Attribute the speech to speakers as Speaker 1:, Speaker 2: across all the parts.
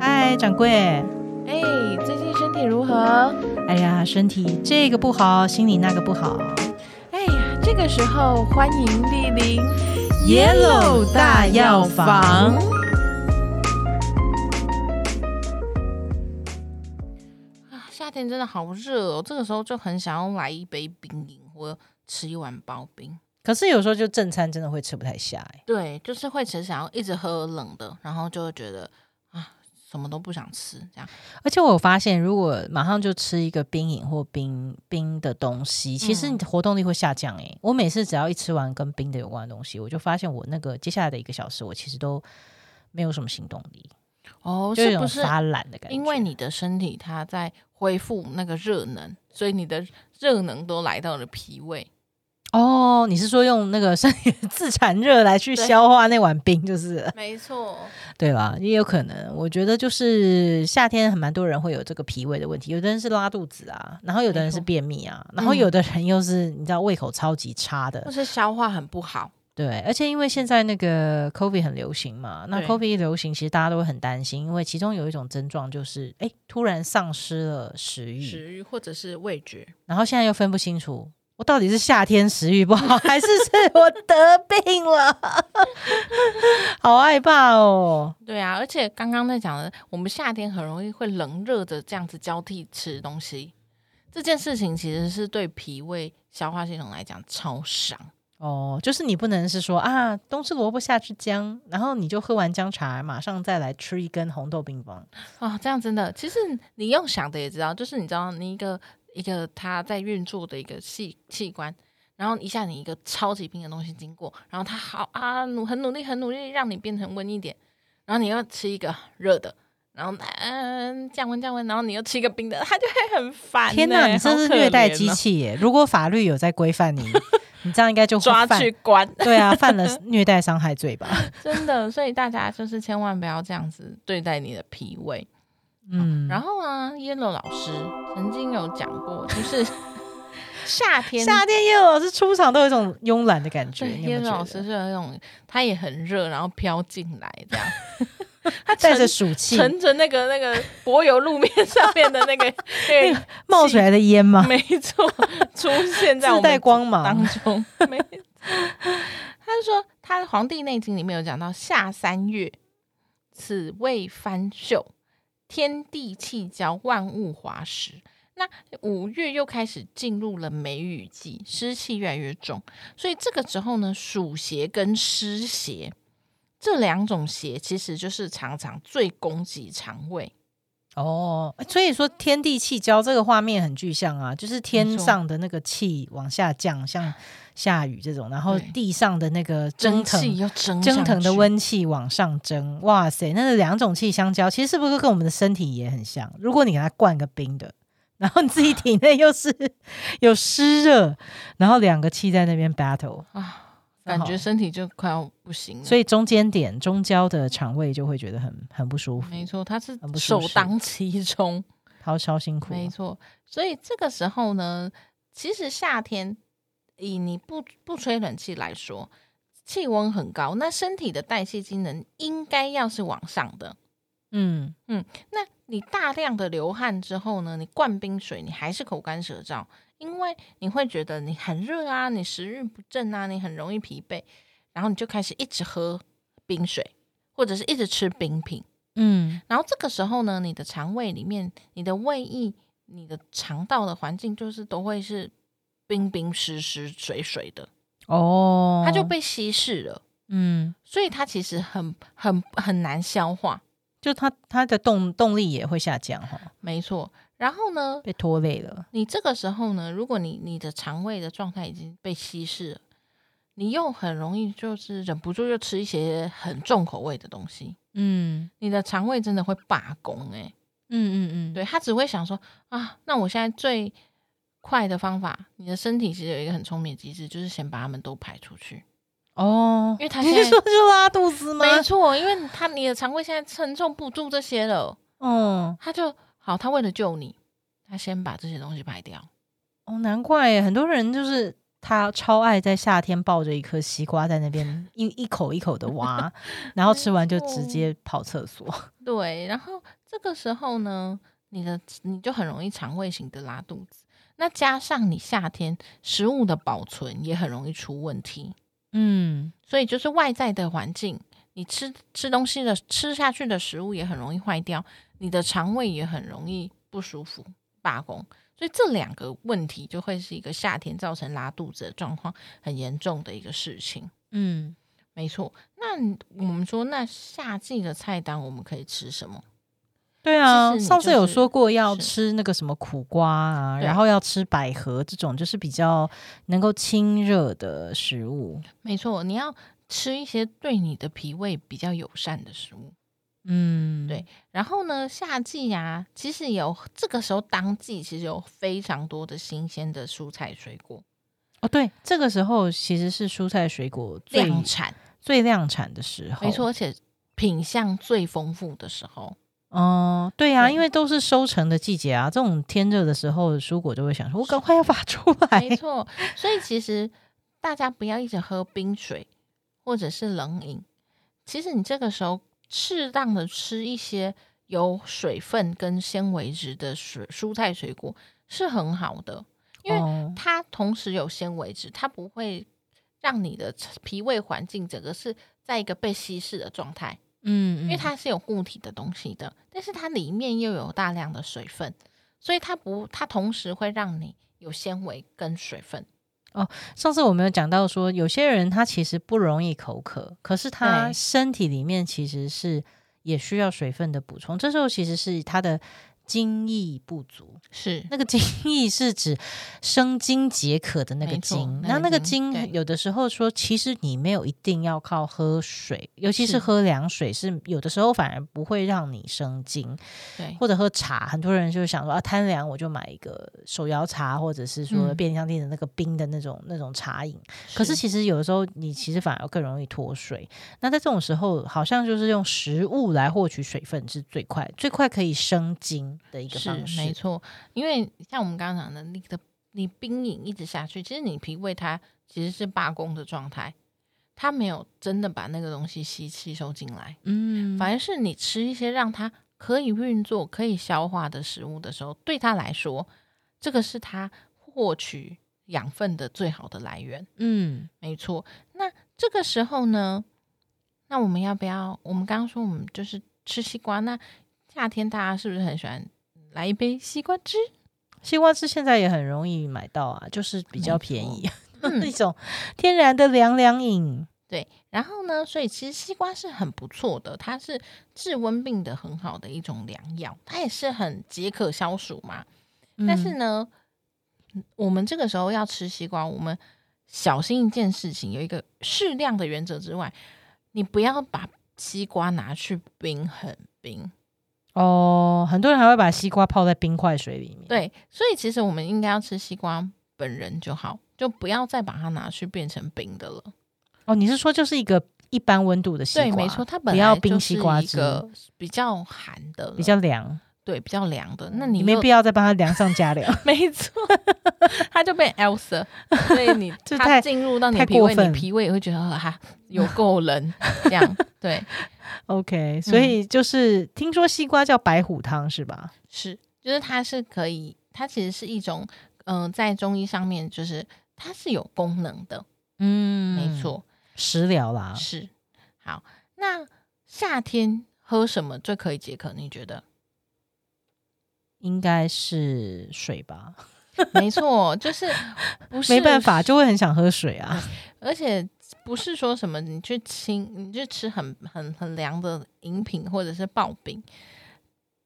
Speaker 1: 嗨，掌柜。
Speaker 2: 哎，最近身体如何？
Speaker 1: 哎呀，身体这个不好，心里那个不好。
Speaker 2: 哎呀，这个时候欢迎莅临
Speaker 1: Yellow 大药房。
Speaker 2: 啊，夏天真的好热哦，这个时候就很想要来一杯冰饮或吃一碗刨冰。
Speaker 1: 可是有时候就正餐真的会吃不太下、哎。
Speaker 2: 对，就是会只想要一直喝冷的，然后就会觉得啊，什么都不想吃这样。
Speaker 1: 而且我发现，如果马上就吃一个冰饮或冰冰的东
Speaker 2: 嗯
Speaker 1: 西，其实你的活动力会下降、哎、我每次只要一吃完跟冰的有关的东西，我就发现我那个接下来的一个小时，我其实都没有什么行动力，
Speaker 2: 哦，
Speaker 1: 就有一
Speaker 2: 是
Speaker 1: 种
Speaker 2: 不是
Speaker 1: 发懒的感觉。
Speaker 2: 因为你的身体它在恢复那个热能，所以你的热能都来到了脾胃。
Speaker 1: 哦，你是说用那个 身体的自产热来去
Speaker 2: 对
Speaker 1: 消化那碗冰，就是了
Speaker 2: 没错，
Speaker 1: 对啦，也有可能。我觉得就是夏天很蛮多人会有这个脾胃的问题，有的人是拉肚子啊，然后有的人是
Speaker 2: 没错嗯
Speaker 1: 便秘啊，然后有的人又是、你知道胃口超级差的
Speaker 2: 或，是消化很不好。
Speaker 1: 对。而且因为现在那个 COVID 很流行嘛，那
Speaker 2: 对
Speaker 1: COVID 一流行，其实大家都会很担心，因为其中有一种症状就是，哎，突然丧失了食欲，
Speaker 2: 食欲或者是味觉，
Speaker 1: 然后现在又分不清楚，我到底是夏天食欲不好，还是是我得病了？ 好害怕哦！
Speaker 2: 对啊，而且刚刚在讲的，我们夏天很容易会冷热的这样子交替吃东西，这件事情其实是对脾胃消化系统来讲超伤。
Speaker 1: 哦，就是你不能是说啊，冬吃萝卜夏吃姜，然后你就喝完姜茶，马上再来吃一根红豆冰棒。
Speaker 2: 啊、这样真的，其实你用想的也知道，就是你知道你一个一个它在运作的一个器器官，然后一下你一个超级冰的东西经过，然后它好啊努很努力很努力让你变成温一点，然后你又吃一个热的。然后嗯，降温降温，然后你又吃一个冰的，它就会很烦呢、
Speaker 1: 天哪，你
Speaker 2: 啊好
Speaker 1: 这是
Speaker 2: 可
Speaker 1: 虐待
Speaker 2: 怜
Speaker 1: 机
Speaker 2: 哦
Speaker 1: 器耶！如果法律有在规范你，你这样应该就会
Speaker 2: 抓
Speaker 1: 犯
Speaker 2: 去。关，
Speaker 1: 对啊，犯了虐待伤害罪吧？
Speaker 2: 真的。所以大家就是千万不要这样子对待你的脾胃。
Speaker 1: 嗯，
Speaker 2: 然后啊，Yellow 老师曾经有讲过， 就是夏天
Speaker 1: 夏天叶老师出场都有一种慵懒的感觉，
Speaker 2: 对
Speaker 1: 你有没有
Speaker 2: Yellow
Speaker 1: 觉
Speaker 2: 老
Speaker 1: 得
Speaker 2: 师是有那种，他也很热，然后飘进来 这样，
Speaker 1: 他带着暑气，
Speaker 2: 乘着那个那个柏油路面上面的那 个那个，
Speaker 1: 冒出来的烟吗？
Speaker 2: 没错，出现在我
Speaker 1: 自带
Speaker 2: 们
Speaker 1: 光芒
Speaker 2: 当。中。没错， 他就说他《黄帝内经》里面有讲到夏三月，此谓翻秀，天地气交，万物华实。那五月又开始进入了梅雨季，湿气越来越重，所以这个时候呢，暑邪跟湿邪这两种邪其实就是常常最攻击肠胃。
Speaker 1: 哦，所以说天地气交这个画面很具象啊，就是天
Speaker 2: 没错
Speaker 1: 上的那个气往下降，像下雨这种，然后
Speaker 2: 对
Speaker 1: 地上的那个蒸
Speaker 2: 蒸气
Speaker 1: 腾。
Speaker 2: 又蒸
Speaker 1: 蒸
Speaker 2: 上
Speaker 1: 腾的
Speaker 2: 去
Speaker 1: 温气往上蒸，哇塞，那两种气相交，其实是不是跟我们的身体也很像？如果你给它灌个冰的，然后你自己体内又是有湿热，然后两个气在那边 battle，
Speaker 2: 啊，感觉身体就快要不行了。
Speaker 1: 所以中间点中焦的肠胃就会觉得很很不舒服，
Speaker 2: 没错，他是
Speaker 1: 很不舒
Speaker 2: 首
Speaker 1: 适啊
Speaker 2: 当 其冲，
Speaker 1: 超超辛苦。
Speaker 2: 没错。所以这个时候呢，其实夏天以你不不吹冷气来说，气温很高，那身体的代谢机能应该要是往上的。
Speaker 1: 嗯，
Speaker 2: 那你大量的流汗之后呢，你灌冰水，你还是口干舌燥，因为你会觉得你很热啊，你食欲不振啊，你很容易疲惫，然后你就开始一直喝冰水，或者是一直吃冰品。
Speaker 1: 嗯，
Speaker 2: 然后这个时候呢，你的肠胃里面、你的胃液、你的肠道的环境，就是都会是冰冰湿湿、水水的，
Speaker 1: 哦，
Speaker 2: 它就被稀释了，
Speaker 1: 嗯，
Speaker 2: 所以它其实很很很难消化。
Speaker 1: 就它它的动动力也会下降哈，
Speaker 2: 没错。然后呢，
Speaker 1: 被拖累了。
Speaker 2: 你这个时候呢，如果你你的肠胃的状态已经被稀释了，你又很容易就是忍不住就吃一些很重口味的东西，
Speaker 1: 嗯
Speaker 2: 你的肠胃真的会罢工欸诶、
Speaker 1: 嗯嗯嗯，
Speaker 2: 对他只会想说啊，那我现在最快的方法，你的身体其实有一个很聪明的机制，就是先把它们都排出去。
Speaker 1: 哦，
Speaker 2: 因为它
Speaker 1: 你是
Speaker 2: 现在
Speaker 1: 说就拉肚子吗？
Speaker 2: 没错，因为他你的肠胃现在承受不住这些了，
Speaker 1: 哦
Speaker 2: 他就好，他为了救你，他先把这些东西排掉。
Speaker 1: 哦，难怪耶很多人就是。他超爱在夏天抱着一颗西瓜在那 边 一一口一口的挖，然后吃完就直接跑厕所。
Speaker 2: 对，然后这个时候呢，你的你就很容易肠胃型的拉肚子。那加上你夏天食物的保存也很容易出问题，
Speaker 1: 嗯，
Speaker 2: 所以就是外在的环境，你吃吃东西的吃下去的食物也很容易坏掉，你的肠胃也很容易不舒服罢工。所以这两个问题就会是一个夏天造成拉肚子的状况很严重的一个事情。
Speaker 1: 嗯，
Speaker 2: 没错，那你我们说，那夏季的菜单我们可以吃什么？
Speaker 1: 对啊，
Speaker 2: 其实你
Speaker 1: 上次
Speaker 2: 就
Speaker 1: 有
Speaker 2: 是
Speaker 1: 说过要
Speaker 2: 是
Speaker 1: 吃那个什么苦瓜啊，
Speaker 2: 对
Speaker 1: 然后要吃百合这种，就是比较能够清热的食物。
Speaker 2: 没错，你要吃一些对你的脾胃比较友善的食物。
Speaker 1: 嗯，
Speaker 2: 对，然后呢，夏季呀、其实有这个时候当季，其实有非常多的新鲜的蔬菜水果
Speaker 1: 哦，对，这个时候其实是蔬菜水果最
Speaker 2: 量产，
Speaker 1: 最量产的时候。
Speaker 2: 没错，，而且品相最丰富的时候。
Speaker 1: 哦、对呀、
Speaker 2: 对
Speaker 1: 因为都是收成的季节啊，这种天热的时候，蔬果就会想说，我赶快要发出来
Speaker 2: 没。错，所以其实大家不要一直喝冰水或者是冷饮，其实你这个时候适当的吃一些有水分跟纤维质的水蔬菜水果是很好的，因为
Speaker 1: 哦
Speaker 2: 它同时有纤维质，它不会让你的脾胃环境整个是在一个被稀释的状态，
Speaker 1: 嗯，
Speaker 2: 因为
Speaker 1: 嗯
Speaker 2: 它是有固体的东西的，但是它里面又有大量的水分，所以它不，它同时会让你有纤维跟水分。
Speaker 1: 上次我们有讲到说，有些人他其实不容易口渴，可是他
Speaker 2: 对
Speaker 1: 身体里面其实是也需要水分的补充，这时候其实是他的精液不足。
Speaker 2: 是
Speaker 1: 那个 精液是指生津解渴的那个
Speaker 2: 没错
Speaker 1: 津，
Speaker 2: 那
Speaker 1: 那
Speaker 2: 个
Speaker 1: 那个
Speaker 2: 津对
Speaker 1: 津有的时候说，其实你没有一定要靠喝水，尤其
Speaker 2: 是
Speaker 1: 是喝凉水，是有的时候反而不会让你生津，
Speaker 2: 对，
Speaker 1: 或者喝茶，很多人就想说啊，贪凉我就买一个手摇茶，或者是说
Speaker 2: 嗯
Speaker 1: 便利商店的那个冰的那种那种茶饮。可是其实有的时候你其实反而更容易脱水。那在这种时候，好像就是用食物来获取水分是最快、最快可以生津的一个
Speaker 2: 是
Speaker 1: 方式。
Speaker 2: 没错，因为像我们刚刚讲的，你的你冰饮一直下去，其实你脾胃它其实是罢工的状态，它没有真的把那个东西吸吸收进来，
Speaker 1: 嗯，
Speaker 2: 反而是你吃一些让它可以运作、可以消化的食物的时候，对它来说，这个是它获取养分的最好的来源。
Speaker 1: 嗯，
Speaker 2: 没错。那这个时候呢，那我们要不要？我们刚刚说我们就是吃西瓜，那夏天大家是不是很喜欢来一杯西瓜汁？
Speaker 1: 西瓜汁现在也很容易买到啊，就是比较
Speaker 2: 没
Speaker 1: 便
Speaker 2: 错
Speaker 1: 宜，一
Speaker 2: 嗯，
Speaker 1: 种天然的凉凉饮。
Speaker 2: 对。然后呢，所以其实西瓜是很不错的，它是治温病的很好的一种良药，它也是很解渴消暑嘛。但是
Speaker 1: 嗯
Speaker 2: 呢，嗯我们这个时候要吃西瓜，我们小心一件事情，有一个适量的原则之外，你不要把西瓜拿去冰很冰。
Speaker 1: 哦，很多人还会把西瓜泡在冰块水里面。
Speaker 2: 对，所以其实我们应该要吃西瓜本人就好，就不要再把它拿去变成冰的了。
Speaker 1: 哦，你是说就是一个一般温度的西瓜？
Speaker 2: 对，没错，它本
Speaker 1: 不要
Speaker 2: 来就
Speaker 1: 冰
Speaker 2: 是
Speaker 1: 西瓜
Speaker 2: 一
Speaker 1: 汁，
Speaker 2: 个比较寒的了，
Speaker 1: 比较凉，
Speaker 2: 对比较凉的。那
Speaker 1: 你
Speaker 2: 你
Speaker 1: 没
Speaker 2: 又
Speaker 1: 必要再帮它凉上加凉。
Speaker 2: 没错，它就变 Elsa，所 以你
Speaker 1: 这
Speaker 2: 它
Speaker 1: 太
Speaker 2: 进入到你
Speaker 1: 太
Speaker 2: 脾
Speaker 1: 过
Speaker 2: 胃，你
Speaker 1: 分
Speaker 2: 脾胃也会觉得啊，哈有够 冷，这样对
Speaker 1: OK，所以
Speaker 2: 嗯
Speaker 1: 就是、听说西瓜叫白虎汤是吧？
Speaker 2: 是，就是它是可以，它其实是一种嗯、呃在中医上面就是它是有功能的，
Speaker 1: 嗯
Speaker 2: 没，错，
Speaker 1: 食疗啦。
Speaker 2: 是好。那夏天喝什么最可以解渴？你 觉得？
Speaker 1: 应该是水吧，
Speaker 2: 没错，就是不是
Speaker 1: 没办法，就会很想喝水 啊。
Speaker 2: 而且不是说什么你去清，你去吃很很很凉的饮品或者是刨冰，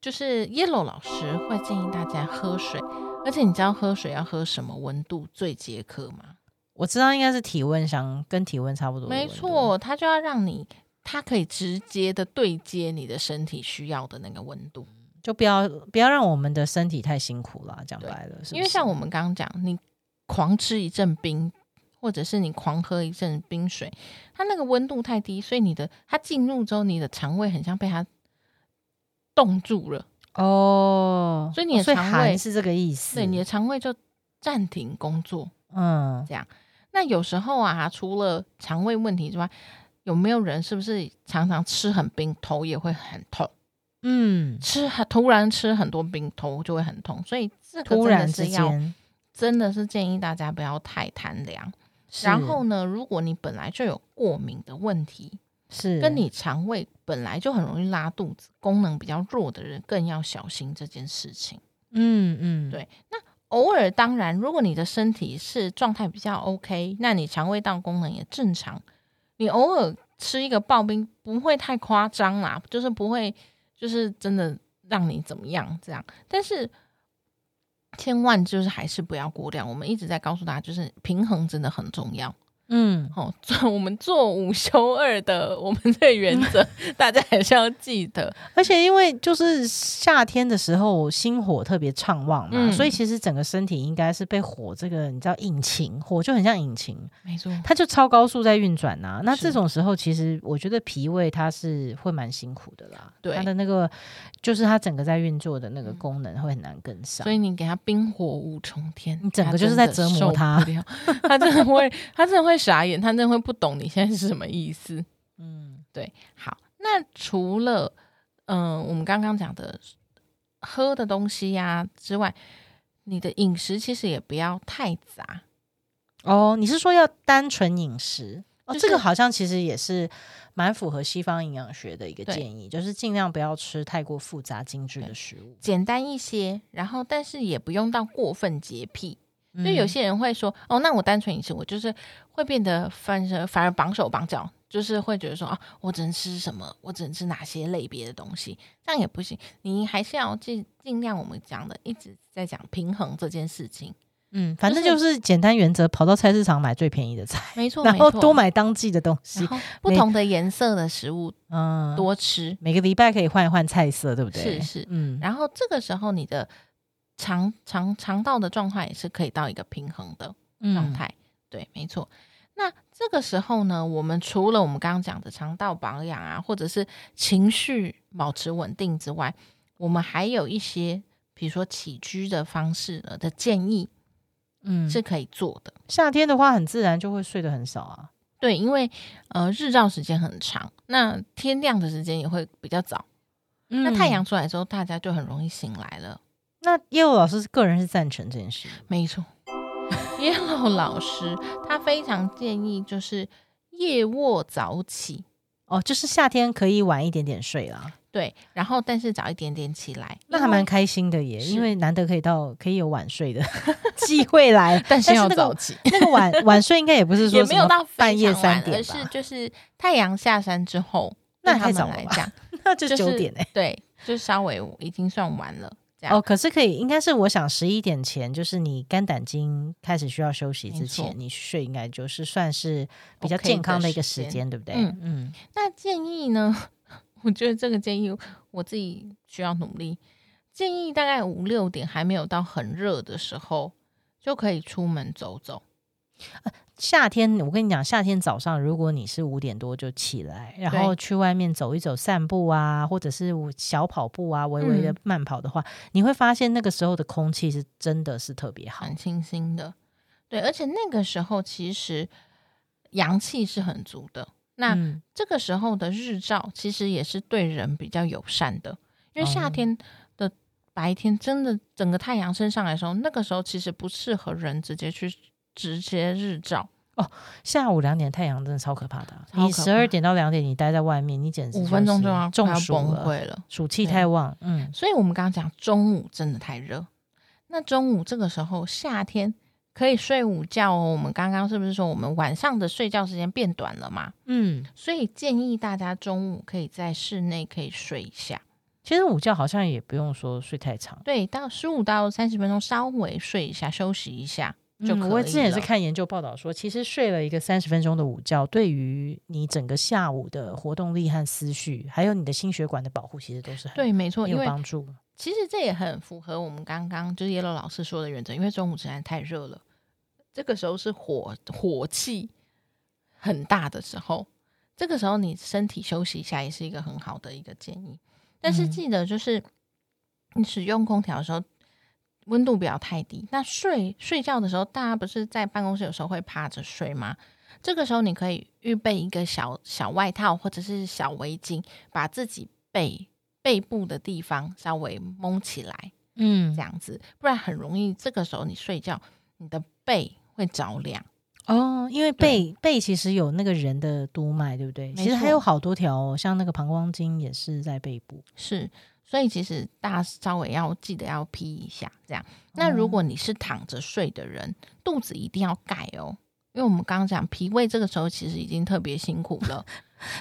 Speaker 2: 就是 Yellow 老师会建议大家喝水，而且你知道喝水要喝什么温度最解渴吗？
Speaker 1: 我知道应该是体温相跟体温差不多，
Speaker 2: 没，错，它就要让你。它可以直接的对接你的身体需要的那个温度，
Speaker 1: 就不要不要让我们的身体太辛苦啦。讲
Speaker 2: 对
Speaker 1: 白了，是不
Speaker 2: 因为像
Speaker 1: 是
Speaker 2: 我们刚刚讲，你狂吃一阵冰，或者是你狂喝一阵冰水，它那个温度太低，所以你的它进入之后，你的肠胃很像被它冻住了，
Speaker 1: 哦，
Speaker 2: 所以你的
Speaker 1: 所以
Speaker 2: 肠
Speaker 1: 寒
Speaker 2: 胃
Speaker 1: 是这个意思。
Speaker 2: 对，你的肠胃就暂停工作。
Speaker 1: 嗯，
Speaker 2: 那有时候啊，除了肠胃问题之外，有没有人是不是常常吃很冰，头也会很痛？
Speaker 1: 嗯，
Speaker 2: 吃很突然吃很多冰，头就会很痛，所以这个
Speaker 1: 突
Speaker 2: 真的
Speaker 1: 然
Speaker 2: 是
Speaker 1: 之
Speaker 2: 要
Speaker 1: 间，
Speaker 2: 真的是建议大家不要太贪凉。
Speaker 1: 是
Speaker 2: 然后呢，如果你本来就有过敏的问题，
Speaker 1: 是
Speaker 2: 跟你肠胃本来就很容易拉肚子，功能比较弱的人更要小心这件事情。
Speaker 1: 嗯嗯，
Speaker 2: 对偶尔当然，如果你的身体是状态比较 OK，那你肠胃道功能也正常，你偶尔吃一个刨冰不会太夸张啦，就是不会就是真的让你怎么样这样，但是。千万就是还是不要过量，我们一直在告诉大家，就是平衡真的很重要。
Speaker 1: 嗯，
Speaker 2: 哦，做我们做五休二的我们的原则，大家还是要记得。
Speaker 1: 而且因为就是夏天的时候心火特别畅旺嘛，
Speaker 2: 嗯
Speaker 1: 所以其实整个身体应该是被火这个你知道引擎，火就很像引擎，
Speaker 2: 没错，
Speaker 1: 它就超高速在运转呐。那
Speaker 2: 是
Speaker 1: 这种时候，其实我觉得脾胃它是会蛮辛苦的啦，
Speaker 2: 对嗯
Speaker 1: 它的那个就是它整个在运作的那个功能会很难跟上
Speaker 2: 所。以你给他冰火五重天，
Speaker 1: 你整个
Speaker 2: 他
Speaker 1: 就是在折磨他
Speaker 2: 真的受不了，他 真的会，他真的会傻眼，他真的会不懂你现在是什么意思。
Speaker 1: 嗯，
Speaker 2: 对，好，那除了嗯、呃我们刚刚讲的喝的东西呀、之外，你的饮食其实也不要太杂。
Speaker 1: 哦，你是说要单纯饮食？哦，
Speaker 2: 就是
Speaker 1: 这个好像其实也是蛮符合西方营养学的一个
Speaker 2: 对
Speaker 1: 建议，就是尽量不要吃太过复杂精致的食物。
Speaker 2: 简单一些，然后但是也不用到过分洁癖，
Speaker 1: 嗯
Speaker 2: 就有些人会说，哦，那我单纯饮食，我就是会变得反而反而绑手绑脚，就是会觉得说啊，我只能吃什么，我只能吃哪些类别的东西，这样也不行。你还是要尽尽量我们讲的一直在讲平衡这件事情，
Speaker 1: 嗯，反正
Speaker 2: 就
Speaker 1: 就是简单原则，跑到菜市场买最便宜的菜，
Speaker 2: 没错，
Speaker 1: 然后
Speaker 2: 没错
Speaker 1: 多，买当季的东
Speaker 2: 然
Speaker 1: 西。
Speaker 2: 后不同的颜色的食物
Speaker 1: 嗯，
Speaker 2: 多吃，
Speaker 1: 每个礼拜可以换一换菜色，对不对？
Speaker 2: 是是
Speaker 1: 嗯，
Speaker 2: 然后这个时候你的肠肠肠道的状态也是可以到一个平衡的。
Speaker 1: 嗯
Speaker 2: 状态。对，没错。那这个时候呢，我们除了我们刚刚讲的肠道保养啊，或者是情绪保持稳定之外，我们还有一些，比如说起居的方式呢的建议
Speaker 1: 嗯，
Speaker 2: 是可以做的。
Speaker 1: 夏天的话，很自然就会睡得很少啊。
Speaker 2: 对，因为呃日照时间很长，那天亮的时间也会比较早。那
Speaker 1: 嗯
Speaker 2: 太阳，出来之后，大家就很容易醒来了。
Speaker 1: 那叶老师个人是赞成这件事的。
Speaker 2: 没错，Yellow 老师他非常建议就是夜卧早起，
Speaker 1: 哦，就是夏天可以晚一点点睡啦，
Speaker 2: 对，然后但是早一点点起来，
Speaker 1: 那
Speaker 2: 因
Speaker 1: 还
Speaker 2: 为
Speaker 1: 蛮开心的耶，
Speaker 2: 是
Speaker 1: 因为难得可以到可以有晚睡 的机会来了，
Speaker 2: 但是要
Speaker 1: 那
Speaker 2: 早
Speaker 1: 个
Speaker 2: 起，
Speaker 1: 那个晚晚睡应该也不是
Speaker 2: 也
Speaker 1: 说
Speaker 2: 没
Speaker 1: 什
Speaker 2: 有
Speaker 1: 么
Speaker 2: 到非
Speaker 1: 半夜
Speaker 2: 常
Speaker 1: 三
Speaker 2: 晚
Speaker 1: 点
Speaker 2: 而
Speaker 1: 吧
Speaker 2: 是就是太阳下山之后，
Speaker 1: 那
Speaker 2: 对
Speaker 1: 也太
Speaker 2: 他
Speaker 1: 早
Speaker 2: 们
Speaker 1: 了
Speaker 2: 来
Speaker 1: 吧
Speaker 2: 讲，
Speaker 1: 那就
Speaker 2: 就
Speaker 1: 九
Speaker 2: 是
Speaker 1: 点哎、
Speaker 2: 对，就稍微已经算晚了，这样
Speaker 1: 哦，可是可以，应该是我想十一点前，就是你肝胆经开始需要休息之
Speaker 2: 没错
Speaker 1: 前，你睡应该就是算是比较
Speaker 2: OK
Speaker 1: 健康的一个
Speaker 2: 时
Speaker 1: 时
Speaker 2: 间
Speaker 1: 间，对不对？
Speaker 2: 嗯
Speaker 1: 嗯
Speaker 2: 那建议呢？ 我觉得这个建议我自己需要努力。建议大概五六点还没有到很热的时候，就可以出门走走。
Speaker 1: 夏天，我跟你讲，夏天早上如果你是五点多就起来，然后去外面走一走、散步啊，或者是小跑步啊、微微的
Speaker 2: 嗯
Speaker 1: 慢跑的话，你会发现那个时候的空气是真的是特别好。
Speaker 2: 很清新的。对，而且那个时候其实阳气是很足的。那
Speaker 1: 嗯
Speaker 2: 这个时候的日照其实也是对人比较友善的，因为夏
Speaker 1: 哦
Speaker 2: 天的白天真的整个太阳升上来的时候，那个时候其实不适合人直接去直接日照，
Speaker 1: 下午两点太阳真的超可怕的啊、
Speaker 2: 超可怕
Speaker 1: 你十二点到两点你待在外面，你简直
Speaker 2: 五
Speaker 1: 就
Speaker 2: 分钟
Speaker 1: 是
Speaker 2: 就要快
Speaker 1: 中
Speaker 2: 要
Speaker 1: 暑
Speaker 2: 崩
Speaker 1: 了，
Speaker 2: 溃了。
Speaker 1: 暑气
Speaker 2: 对
Speaker 1: 太旺。嗯，
Speaker 2: 所以我们刚刚讲中午真的太热，那中午这个时候夏天可以睡午觉哦。我们刚刚是不是说我们晚上的睡觉时间变短了嘛？
Speaker 1: 嗯，
Speaker 2: 所以建议大家中午可以在室内可以睡一下，
Speaker 1: 其实午觉好像也不用说睡太长。
Speaker 2: 对，到十五到三十分钟稍微睡一下，休息一下就可以
Speaker 1: 嗯
Speaker 2: 了。
Speaker 1: 我之前也是看研究报道说，其实睡了一个三十分钟的午觉，对于你整个下午的活动力和思绪，还有你的心血管的保护，其实都是很
Speaker 2: 对，没错，
Speaker 1: 很
Speaker 2: 因
Speaker 1: 有
Speaker 2: 为
Speaker 1: 帮助。
Speaker 2: 其实这也很符合我们刚刚就是 yellow 老师说的原则，因为中午实在太热了，这个时候是火火气很大的时候，这个时候你身体休息一下也是一个很好的一个建议。但是
Speaker 1: 嗯
Speaker 2: 记得就是你使用空调的时候，温度不要太低。那睡睡觉的时候，大家不是在办公室有时候会趴着睡吗？这个时候你可以预备一个小小外套或者是小围巾，把自己背背部的地方稍微蒙起来，
Speaker 1: 嗯
Speaker 2: 这，样子，不然很容易这个时候你睡觉，你的背会着凉。
Speaker 1: 哦，因为背背其实有那个人的督脉，对不对？
Speaker 2: 没
Speaker 1: 其实还有
Speaker 2: 错
Speaker 1: 好多条、哦，像那个膀胱经也是在背部。
Speaker 2: 是，所以其实大家稍微要记得要披一下，这样。那如果你是躺着睡的人，肚子一定要盖哦，因为我们刚刚讲脾胃这个时候其实已经特别辛苦了。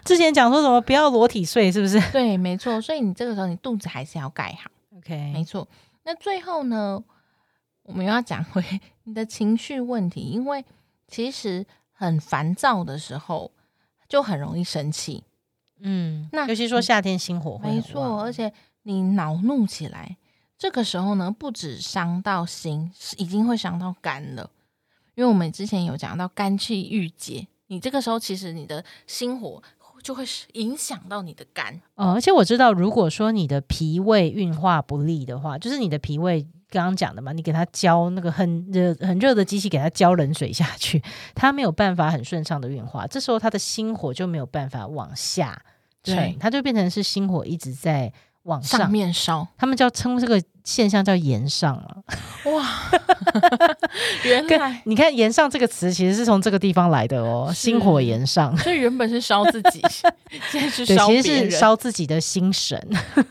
Speaker 1: 之前讲说什么不要裸体睡，是不是
Speaker 2: 对，没错，所以你这个时候你肚子还是要盖好，没
Speaker 1: ？OK，
Speaker 2: 错。那最后呢，我们又要讲回 你的情绪问题，因为其实很烦躁的时候就很容易生气，
Speaker 1: 嗯，
Speaker 2: 那
Speaker 1: 尤其说夏天心火会很
Speaker 2: 没
Speaker 1: 旺
Speaker 2: 错，而且你恼怒起来，这个时候呢，不止伤到心，是已经会伤到肝了。因为我们之前有讲到肝气郁结，你这个时候其实你的心火就会是影响到你的肝。
Speaker 1: 哦，而且我知道，如果说你的脾胃运化不利的话，就是你的脾胃刚刚讲的嘛，你给它浇那个很热很热的机器，给它浇冷水下去，它没有办法很顺畅的运化，这时候它的心火就没有办法往下
Speaker 2: 对
Speaker 1: 沉，它就变成是心火一直在往上。
Speaker 2: 上面烧
Speaker 1: 他们叫称这个现象叫炎上了。
Speaker 2: 哇，原
Speaker 1: 跟
Speaker 2: 来
Speaker 1: 你看“炎上”这个词其实是从这个地方来的哦，
Speaker 2: 是
Speaker 1: 心火炎上，
Speaker 2: 所以原本是烧自己， 现在是
Speaker 1: 对，
Speaker 2: 烧
Speaker 1: 其
Speaker 2: 别
Speaker 1: 实是
Speaker 2: 人，
Speaker 1: 烧自己的心神。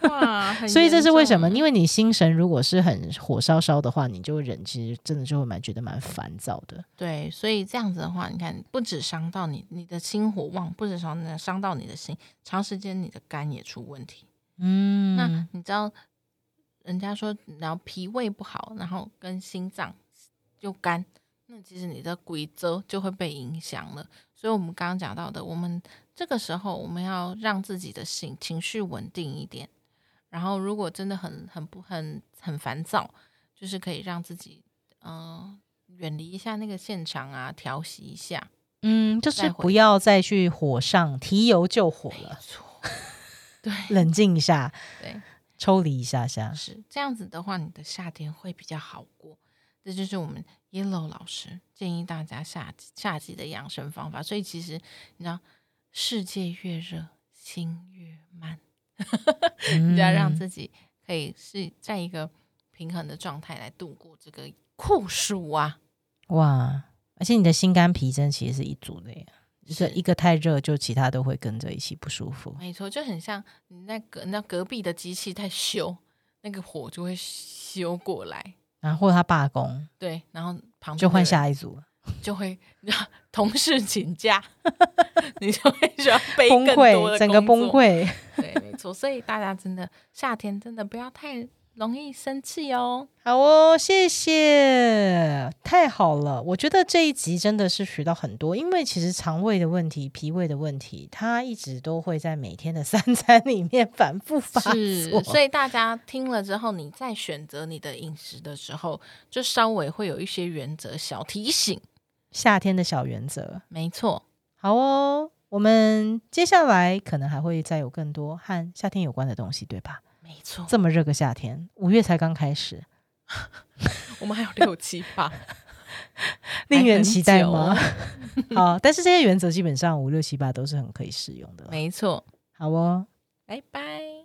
Speaker 2: 哇，很
Speaker 1: 所以这
Speaker 2: 严
Speaker 1: 是为什
Speaker 2: 重
Speaker 1: 么？因为你心神如果是很火烧烧的话，你就人其实真的就会蛮觉得蛮烦躁的。
Speaker 2: 对，所以这样子的话，你看，不止伤到你，你的心火旺，不止伤到伤到你的心，长时间你的肝也出问题。
Speaker 1: 嗯，
Speaker 2: 那你知道，人家说，然后脾胃不好，然后跟心脏又肝，那其实你的骨折就会被影响了。所以我们刚刚讲到的，我们这个时候我们要让自己的心情绪稳定一点，然后如果真的很很不很很烦躁，就是可以让自己嗯、呃远离一下那个现场啊，调息一下。
Speaker 1: 嗯，就是
Speaker 2: 再回
Speaker 1: 不要再去火上提油救火了，
Speaker 2: 对
Speaker 1: 冷静一下，
Speaker 2: 对，
Speaker 1: 抽离一下下。
Speaker 2: 是这样子的话，你的夏天会比较好过。这就是我们 Yellow 老师建议大家夏季夏季的养生方法。所以其实你知道，世界越热，心越慢，
Speaker 1: 嗯
Speaker 2: 你就要让自己可以是在一个平衡的状态来度过这个酷暑啊。
Speaker 1: 哇，而且你的心肝脾真其实是一组的耶，一个
Speaker 2: 是
Speaker 1: 一个太热，就其他都会跟着一起不舒服。
Speaker 2: 没错，就很像你那隔那隔壁的机器在修，那个火就会修过来。
Speaker 1: 然后或者他罢工，
Speaker 2: 对，然后旁边
Speaker 1: 就换
Speaker 2: 的人
Speaker 1: 下一组了，
Speaker 2: 就会 同事请假， 你就会需要背
Speaker 1: 崩
Speaker 2: 更多
Speaker 1: 溃，
Speaker 2: 的
Speaker 1: 整个崩
Speaker 2: 工作。
Speaker 1: 溃。
Speaker 2: 对，没错。所以大家真的夏天真的不要太容易生气哦。
Speaker 1: 好哦，谢谢，太好了！我觉得这一集真的是学到很多，因为其实肠胃的问题、脾胃的问题，它一直都会在每天的三餐里面反复发
Speaker 2: 是，
Speaker 1: 作。
Speaker 2: 所以大家听了之后，你在选择你的饮食的时候，就稍微会有一些原则小提醒。
Speaker 1: 夏天的小原则，
Speaker 2: 没错，
Speaker 1: 好哦。我们接下来可能还会再有更多和夏天有关的东西，对吧？
Speaker 2: 没错。
Speaker 1: 这么热个夏天，五月才刚开始，
Speaker 2: 我们还有六七 八，
Speaker 1: 令人期待吗
Speaker 2: 还？
Speaker 1: 好，但是这些原则基本上五六七八都是很可以适用的了。
Speaker 2: 没错。
Speaker 1: 好哦，
Speaker 2: 哎拜拜。